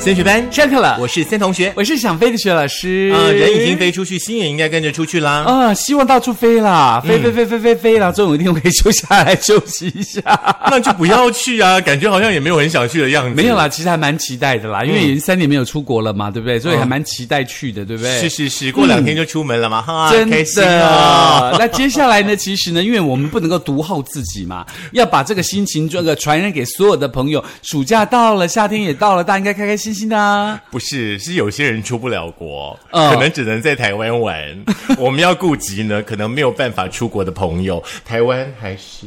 先学班上课了我是先同学。我是想飞的薛老师啊、人已经飞出去，心也应该跟着出去啦。啊、希望到处飞啦，飞飞飞飞飞飞啦，总有一天我可以休下来休息一下。 那就不要去啊，感觉好像也没有很想去的样子。 没有啦，其实还蛮期待的啦，因为已经三年没有出国了嘛，对不对？所以嗯哦还蛮期待去的，对不对？是是是，过两天就出门了嘛，哈，嗯真开心的、哦。啊 那接下来呢？其实呢，因为我们不能够独好自己嘛，要把这个心情这个传染给所有的朋友。暑假到了，夏天也到了，大家应该开开心心的啊。 不是，是有些人出不了国，嗯可能只能在台湾玩。 我们要顾及呢，可能没有办法出国的朋友，台湾还是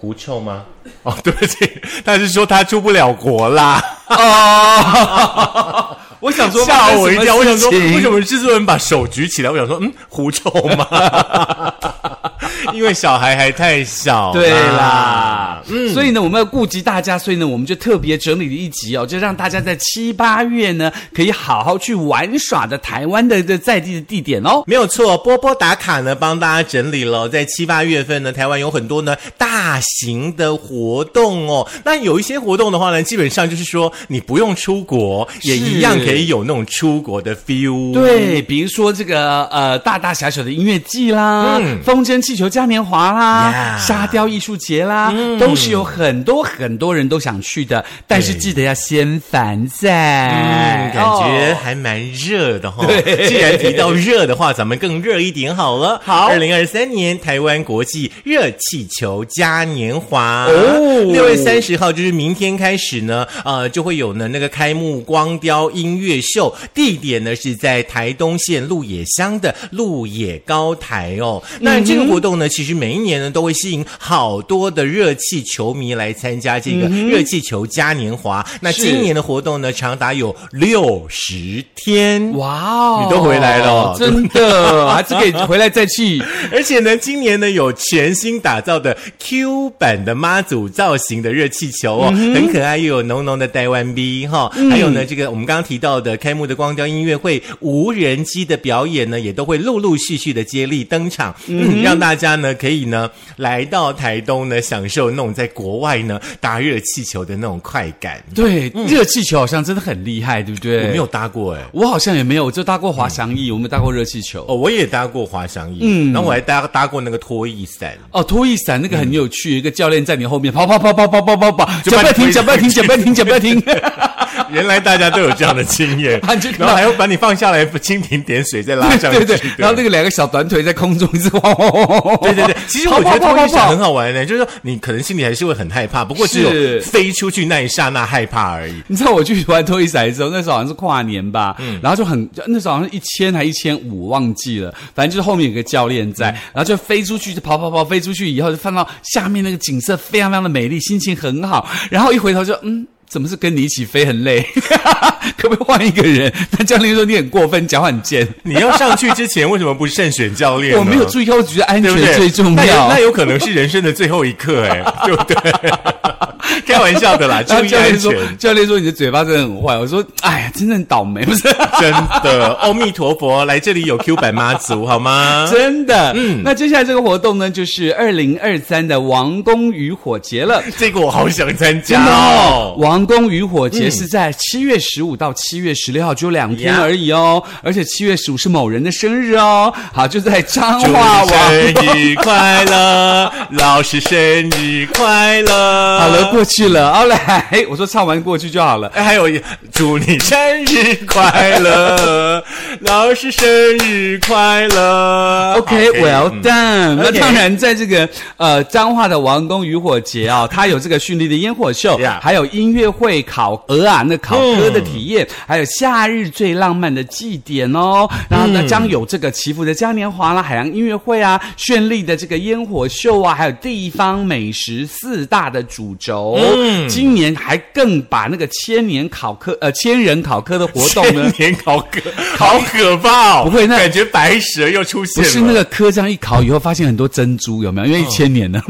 狐臭吗？哦， 对不起，他是说他出不了国啦， 哦，我想说吓我一跳。我想说，发生什么事情为什么制作人把手举起来？我想说，嗯，狐臭吗？ 因为小孩还太小，对啦，，嗯，所以呢，我们要顾及大家，所以呢，我们就特别整理了一集哦，就让大家在七八月呢，可以好好去玩耍的台湾的这在地的地点哦。没有错，波波打卡呢，帮大家整理了，在七八月份呢，台湾有很多呢大型的活动哦。那有一些活动的话呢，基本上就是说你不用出国，也一样可以有那种出国的 feel。，对，比如说这个呃大大小小的音乐季啦，嗯风筝气球嘉年华啦 Yeah 嗯沙雕艺术节啦，都是有很多很多人都想去的，但是对记得要先凡在，嗯，感觉哦还蛮热的哈、既然提到热的话，咱们更热一点好了。 好二零二三年台湾国际热气球嘉年华哦六月三十号就是明天开始呢，呃，就会有呢那个开幕光雕音乐秀，地点呢是在台东县鹿野乡的鹿野高台哦。嗯那这个活动呢，其实每一年呢都会吸引好多的热气球迷来参加这个热气球嘉年华。那嗯是今年的活动呢，长达有六十天。哇哦，你都回来了哦真的，还是可以回来再去。而且呢，今年呢有全新打造的 Q 版的妈祖造型的热气球哦，嗯很可爱，又有浓浓的台湾 B 哈、还有呢，这个我们刚刚提到的开幕的光雕音乐会、无人机的表演呢，也都会陆陆续续的接力登场，嗯，让大家呢可以呢来到台东呢，享受那种在国外呢搭热气球的那种快感。对，热气球好像真的很厉害，对不对？嗯我没有，搭过哎、我好像也没有，我就搭过滑翔翼，我没搭过热气球。哦，我也搭过滑翔翼，嗯，然后我还搭搭过那个拖曳伞。哦，拖曳伞那个很有趣，一个教练在你后面跑跑跑跑跑跑跑跑，嗯就脚不要把你停，脚不要停，推脚不要 停，脚不要停。原来大家都有这样的经验 啊你就，看到然后还要把你放下来，蜻蜓点水再拉上去。 对对，然后那个哦两个小短腿在空中一直晃晃晃晃。对对对，其实我觉得拖跑跑跑曳伞跑很跑。好玩的，就是说你可能心里还是会很害怕，不过只有是飞出去那一刹那害怕而已。 你知道我去玩拖曳伞的时候，那时候好像是跨年吧，嗯然后就很那时候好像一千还一千五，忘记了，反正就是后面有个教练在，嗯然后就飞出去，就跑跑跑飞出去以后，就看到下面那个景色非常非常的美丽，心情很好，然后一回头就嗯。怎么是跟你一起飞很累？ 可不可以换一个人？那教练说你很过分，讲话很 贱。你要上去之前为什么不慎选教练呢？我没有注意到，我只觉得安啊对全不对？最重那有要。那有可能是人生的最后一刻， 哎，对不对？ 开玩笑的啦，注然后意教安练说全。：“教练说你的嘴巴真的很坏。”我说：“哎呀，真的很倒霉，不是？”真的，阿弥陀佛，来这里有 Q 版妈祖好吗？真的，嗯，那接下来这个活动呢，就是二零二三的王宫渔火节了。这个我好想参真加的哦哦，。王宫渔火嗯节是在七月十五到七月十六号，只有两天呀而已哦。而且七月十五是某人的生日哦。好，就在彰祝化你王。生日快乐，老师生日快乐。好了，，过去了。好来，我说唱完过去就好了。哎，还有一祝你生日快 乐，老师生日快乐。好可以 OK，well、嗯 done。那 OK 当然，在这个呃彰化的王宫渔火节啊、它有这个绚丽的烟火秀 Yeah 还有音乐会、烤鹅啊，那烤鸽的体验，还有夏日最浪漫的祭典哦。然后呢，将有这个祈福的嘉年华啦、海洋音乐会啊、绚丽的这个烟火秀啊，还有地方美食四大的主轴。嗯今年还更把那个千年烤科呃千人烤科的活动呢千。年考可，好可怕哦！不会那感觉白蛇又出现不了，是那个科这样一烤以后，发现很多珍珠，有没有？因为一千年了。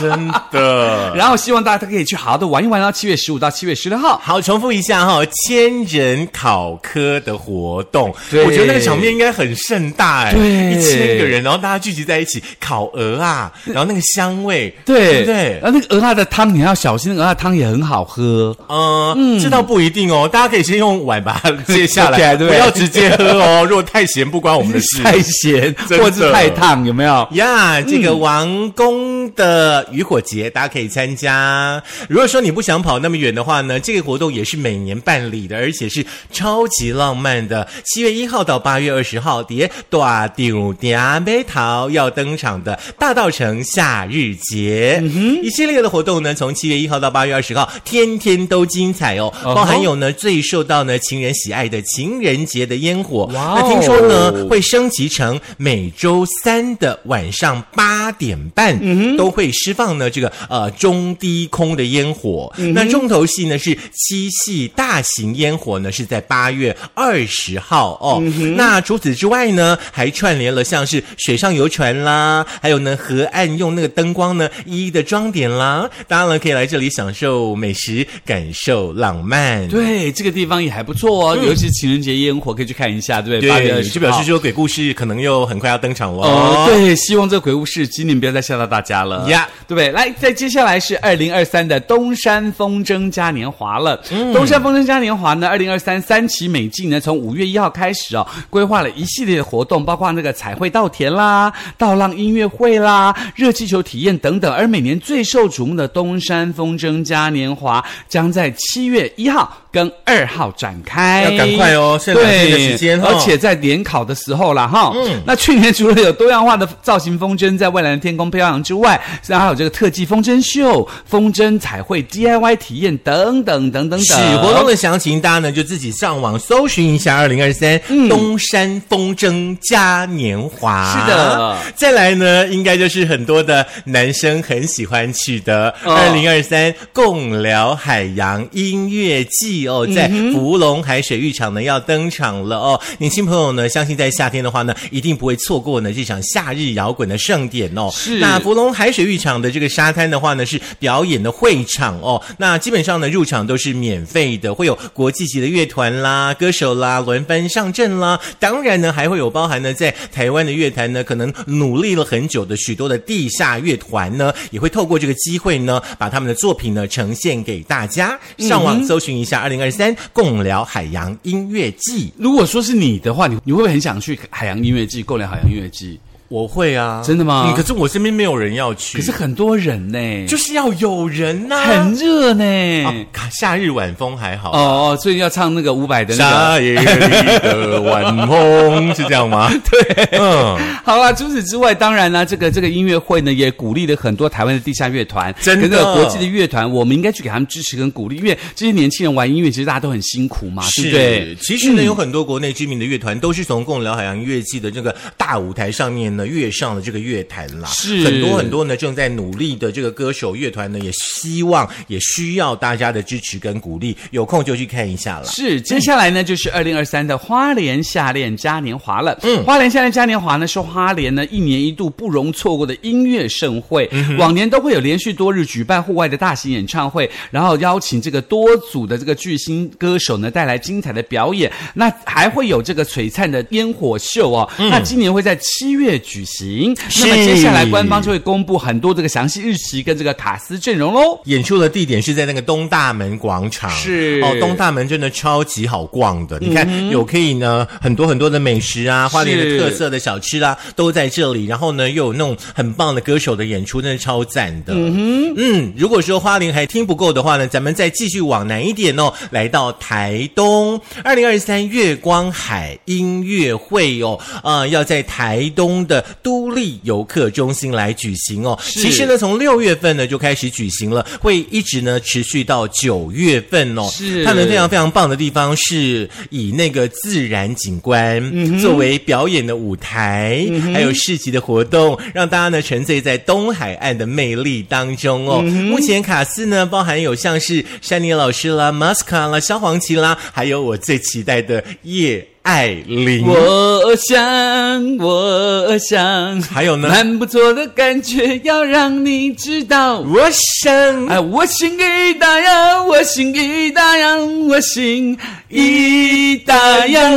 真的。然后希望大家可以去好好的玩一玩，到七月十五到七月十六号。好，重复一下哈、千人考科的活动，对我觉得那个场面应该很盛大哎，对一千个人，然后大家聚集在一起烤鹅啊，然后那个香味，对呃对不对？然后那个鹅辣的汤你要小其那个它汤也很好喝。嗯，这倒不一定哦，大家可以先用碗把它接下接起来， 来对不不对要直接喝哦，如果太咸不关我们的事。 太咸真的或是太烫，有没有？呀嗯这个王宫的渔火节大家可以参加。如果说你不想跑那么远的话呢，这个活动也是每年办理的，而且是超级浪漫的。七月一号到八月二十号，蝶大丢嗲北桃哦要登场的大道城夏日节，嗯一系列的活动呢，从七月一号到八月二十号，天天都精彩哦，哦吼包含有呢最受到呢情人喜爱的情人节的烟火。哇哦那听说呢会升级成每周三的晚上八点半，嗯都会释放呢这个呃中低空的烟火。嗯那重头戏呢是七系大型烟火呢是在八月二十号哦。嗯那除此之外呢，还串联了像是水上游船啦，还有呢河岸用那个灯光呢一一的装点啦，当然了可以来这里享受美食，感受浪漫。。对，这个地方也还不错哦，尤其是情人节烟火可以去看一下，对不对？八月二对，十就表号示说鬼故事可能又很快要登场了哦。，哦对，希望这个鬼故事今年不要再吓到大家了呀对不对？来，再接下来是二零二三的东山风筝嘉年华了。嗯东山风筝嘉年华呢，二零二三三期美季呢，从五月一号开始哦，规划了一系列的活动，包括那个彩绘稻田啦、稻浪音乐会啦、热气球体验等等。而每年最受瞩目的东山风筝嘉年华将在七月一号跟二号展开，要赶快哦剩两天的时间对哦而且在联考的时候啦，哈，嗯，那去年除了有多样化的造型风筝在蔚蓝的天空飘扬之外，然后还有这个特技风筝秀、风筝彩绘 DIY 体验等等等等等。是活动的详情，大家呢就自己上网搜寻一下二零二三东山风筝嘉年华。嗯是的，再来呢，应该就是很多的男生很喜欢去的哦二零二三共聊海洋音乐季嗯哦，在福隆海水浴场呢要登场了哦。年轻朋友呢，相信在夏天的话呢，一定不会错过呢这场夏日摇滚的盛典哦。是那福隆海水浴场的这个沙滩的话呢，是表演的会场哦。那基本上呢，入场都是免费的，会有国际级的乐团啦、歌手啦轮番上阵啦。当然呢，还会有包含呢在台湾的乐坛呢，可能努力了很久的许多的地下乐团呢，也会透过这个机会呢，把他们的作品呢呈现给大家。上网搜寻一下二零二三共聊海洋音乐季，如果说是你的话，你你会不会很想去海洋音乐季、购了海洋音乐嗯季？我会啊，真的吗嗯可是我身边没有人要去，可是很多人呢、就是要有人啊呐、很热呢、啊，夏日晚风还好。嗯哦哦，所以要唱那个伍佰的那个。夜里的晚风是这样 吗？对，嗯，好啦，除此之外，当然啦，这个这个音乐会呢，也鼓励了很多台湾的地下乐团，真的跟这个国际的乐团，我们应该去给他们支持跟鼓励，因为这些年轻人玩音乐，其实大家都很辛苦嘛，对是。不对？其实呢，有很多国内知名的乐团都是从共聊海洋音乐季的这个大舞台上面呢跃上了这个乐坛啦。是很多很多呢正在努力的这个歌手乐团呢，也希望也需要大家的支持跟鼓励，有空就去看一下啦。是，接下来呢就是二零二三的花莲夏恋嘉年华了。嗯，花莲夏恋嘉年华呢是花莲呢一年一度不容错过的音乐盛会，往年都会有连续多日举办户外的大型演唱会，然后邀请这个多组的这个巨星歌手呢带来精彩的表演，那还会有这个璀璨的烟火秀哦。那今年会在七月举行，那么是接下来官方就会公布很多这个详细日期跟这个卡司阵容喽。演出的地点是在那个东大门广场，是嗯哦，东大门真的超级好逛的。你看，有可以呢，很多很多的美食啊，花莲的是特色的小吃啊，都在这里。然后呢，又有那种很棒的歌手的演出，真的超赞的。嗯嗯，如果说花莲还听不够的话呢，咱们再继续往南一点哦，来到台东，二零二三月光海音乐会哦，呃，要在台东的都立游客中心来举行哦。其实呢。那从六月份呢就开始举行了，会一直呢持续到九月份哦。是它呢非常非常棒的地方是以那个自然景观、嗯作为表演的舞台，还有市集的活动，让大家呢沉醉在东海岸的魅力当中哦。嗯目前卡斯呢包含有像是山妮老师啦、马斯卡啦、萧煌奇啦，还有我最期待的叶。艾琳。我想，我想，还有呢蛮不错的感觉，要让你知道。我想哎，我心一打烊，我心一打烊，我心一打烊，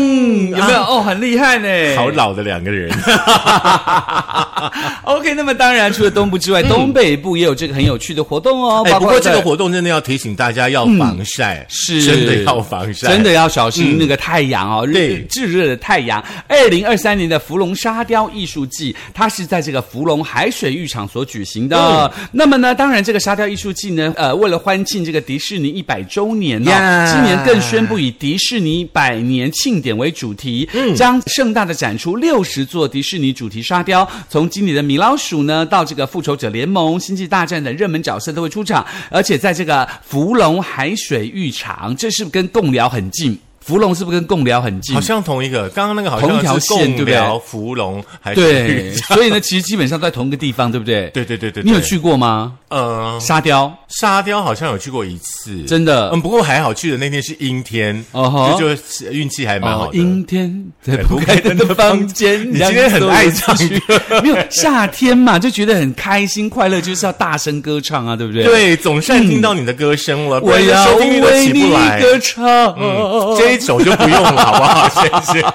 有没有？哦，很厉害呢，哎好老的两个 人， OK，那么当然，除了东部之外，东北部也有这个很有趣的活动哦。哎，包不括过这在个活动真的要提醒大家要防晒，是真的要防晒，嗯真的要小心那个太阳哦，对日炙热的太阳。二零二三年的芙蓉沙雕艺术季，它是在这个芙蓉海水浴场所举行的。那么呢，当然这个沙雕艺术季呢，呃，为了欢庆这个迪士尼一百周年哦呀今年更宣布以迪士尼百年庆典为主题，将盛大的展出六十座迪士尼主题沙雕，从经典的米老鼠呢，到这个复仇者联盟、星际大战的热门角色都会出场，而且在这个芙蓉海水浴场，这是不是跟贡寮很近？芙蓉是不是跟贡寮很近好？像嗯同一个，刚刚那个好同一条像是线贡对不对寮、芙蓉还是对，玉所以呢，其实基本上都在同一个地方，对不对？ 对对对对，你有对？去过吗？嗯，沙雕沙雕好像有去过一次，真的嗯，不过还好去的那天是阴天，哦吼就就是运气还蛮好哦，的。哎阴天在不开灯的房间，你今天很爱唱歌，没有夏天嘛，就觉得很开心快乐，就是要大声歌唱啊，对不对？，对，总算听到你的歌声了，不我然要收听率都为起你嗯不来。嗯歌唱。这一首就不用了，好不 好？真是。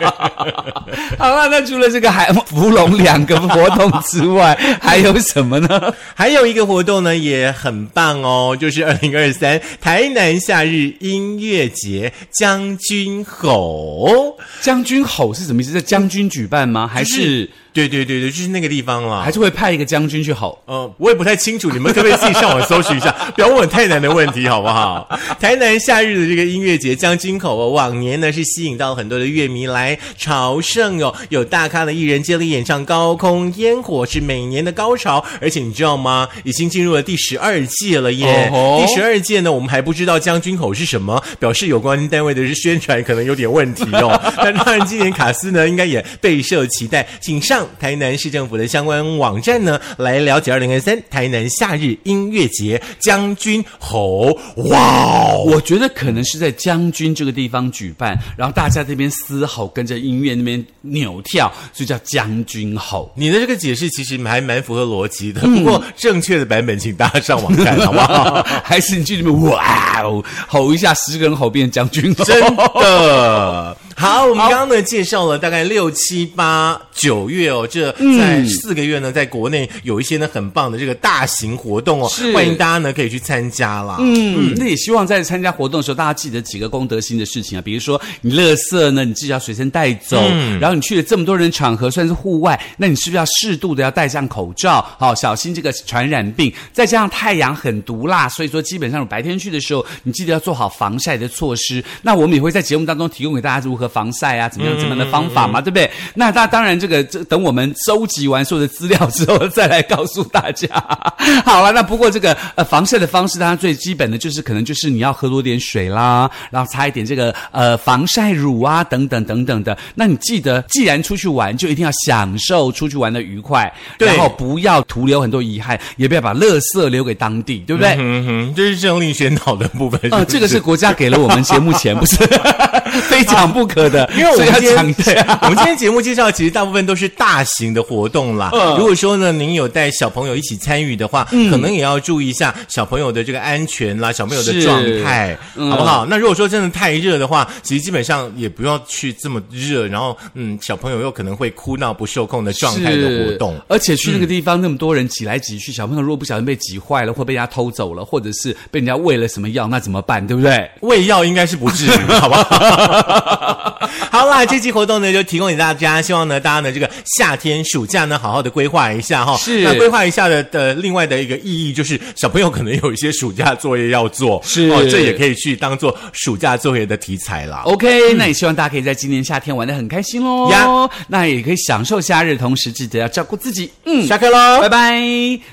好了，那除了这个 海芙蓉两个活动之外，还有什么呢？还有一个活动呢，也很棒哦，就是二零二三台南夏日音乐节将军吼，将军吼是什么意思？在将军举办吗？还就是对对对对，就是那个地方啦还。是会派一个将军去吼？呃，我也不太清楚，你们可不可以自己 上网搜寻一下？不要问我太难的问题，好不好？ 台南夏日的这个音乐节将军口哦，往年呢是吸引到很多的乐迷来朝圣哦，有大咖的艺人接力演唱高空烟火是每年的高潮，而且你知道吗？已经进入了第十二届了耶！哦吼第十二届呢，我们还不知道将军口是什么，表示有关单位的是宣传可能有点问题哦。那当然，今年卡斯呢应该也备受期待，请上台南市政府的相关网站呢来了解二零二三台南夏日音乐节将军吼哇哦！我觉得可能是在将军这个地方举办，然后大家这边嘶吼，跟着音乐那边扭跳，所以叫将军吼。你的这个解释其实还蛮符合逻辑的，不过正确的版本请大家上网看，好不 好？还是你去里面哇哦吼一下，十个人吼变将军吼。真的。好，我们刚刚呢介绍了大概六七八九月哦，这在四个月呢，在国内有一些呢很棒的这个大型活动哦，是欢迎大家呢可以去参加啦。嗯，嗯，那也希望在参加活动的时候，大家记得几个功德心的事情啊，比如说你垃圾呢，你自己要随身带走，然后你去了这么多人场合，算是户外，那你是不是要适度的要戴上口罩，好、小心这个传染病？再加上太阳很毒辣，所以说基本上白天去的时候，你记得要做好防晒的措施。那我们也会在节目当中提供给大家如何防晒啊，怎么样怎么样的方法嘛，对不对？那那当然，这个这等我们收集完所有的资料之后，再来告诉大家。 好了，那不过这个呃防晒的方式，当然最基本的就是可能就是你要喝多点水啦，然后擦一点这个呃防晒乳啊，等等等等的。那你记得，既然出去玩，就一定要享受出去玩的愉快，对然后不要徒留很多遗憾，也不要把垃圾留给当地，对不对？嗯哼，这是政令宣导的部分。是不呃，这个是国家给了我们节目钱，不是 非讲不可的，因为我所以们要今讲一天下。 我们今天节目介绍其实大部分都是大型的活动啦。嗯如果说呢，您有带小朋友一起参与的话，可能也要注意一下小朋友的这个安全啦，小朋友的是状态，嗯好不好？那如果说真的太热的话，其实基本上也不要去这么热，然后嗯，小朋友又可能会哭闹不受控的状态的活动是。而且去那个地方那么多人挤来挤去，小朋友如果不小心被挤坏了，或被人家偷走了，或者是被人家喂了什么药，那怎么办？对不对？胃药应该是不至于， 好不好？好啦，这期活动呢就提供给大家，希望呢大家呢这个夏天暑假呢好好的规划一下哈、是那规划一下的的另外的一个意义就是，小朋友可能有一些暑假作业要做，是哦，这也可以去当做暑假作业的题材啦。 OK，、那也希望大家可以在今年夏天玩的很开心喽。呀那也可以享受夏日，同时记得要照顾自己。嗯，下课喽拜。拜。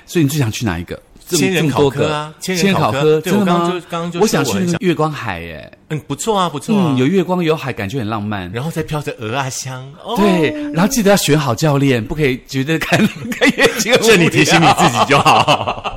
所以你最想去哪一个？这么千人这么多考科个啊千千人人考考科科，对真的我刚吗就刚就说我想我去很那个想月光海，耶，嗯，不错啊，不错啊。嗯，有月光有海，感觉很浪漫。然后再飘着鹅啊香，哦、对， 然后记得要选好教练，不可以觉得看那个眼睛很无聊。这你提醒你自己就好。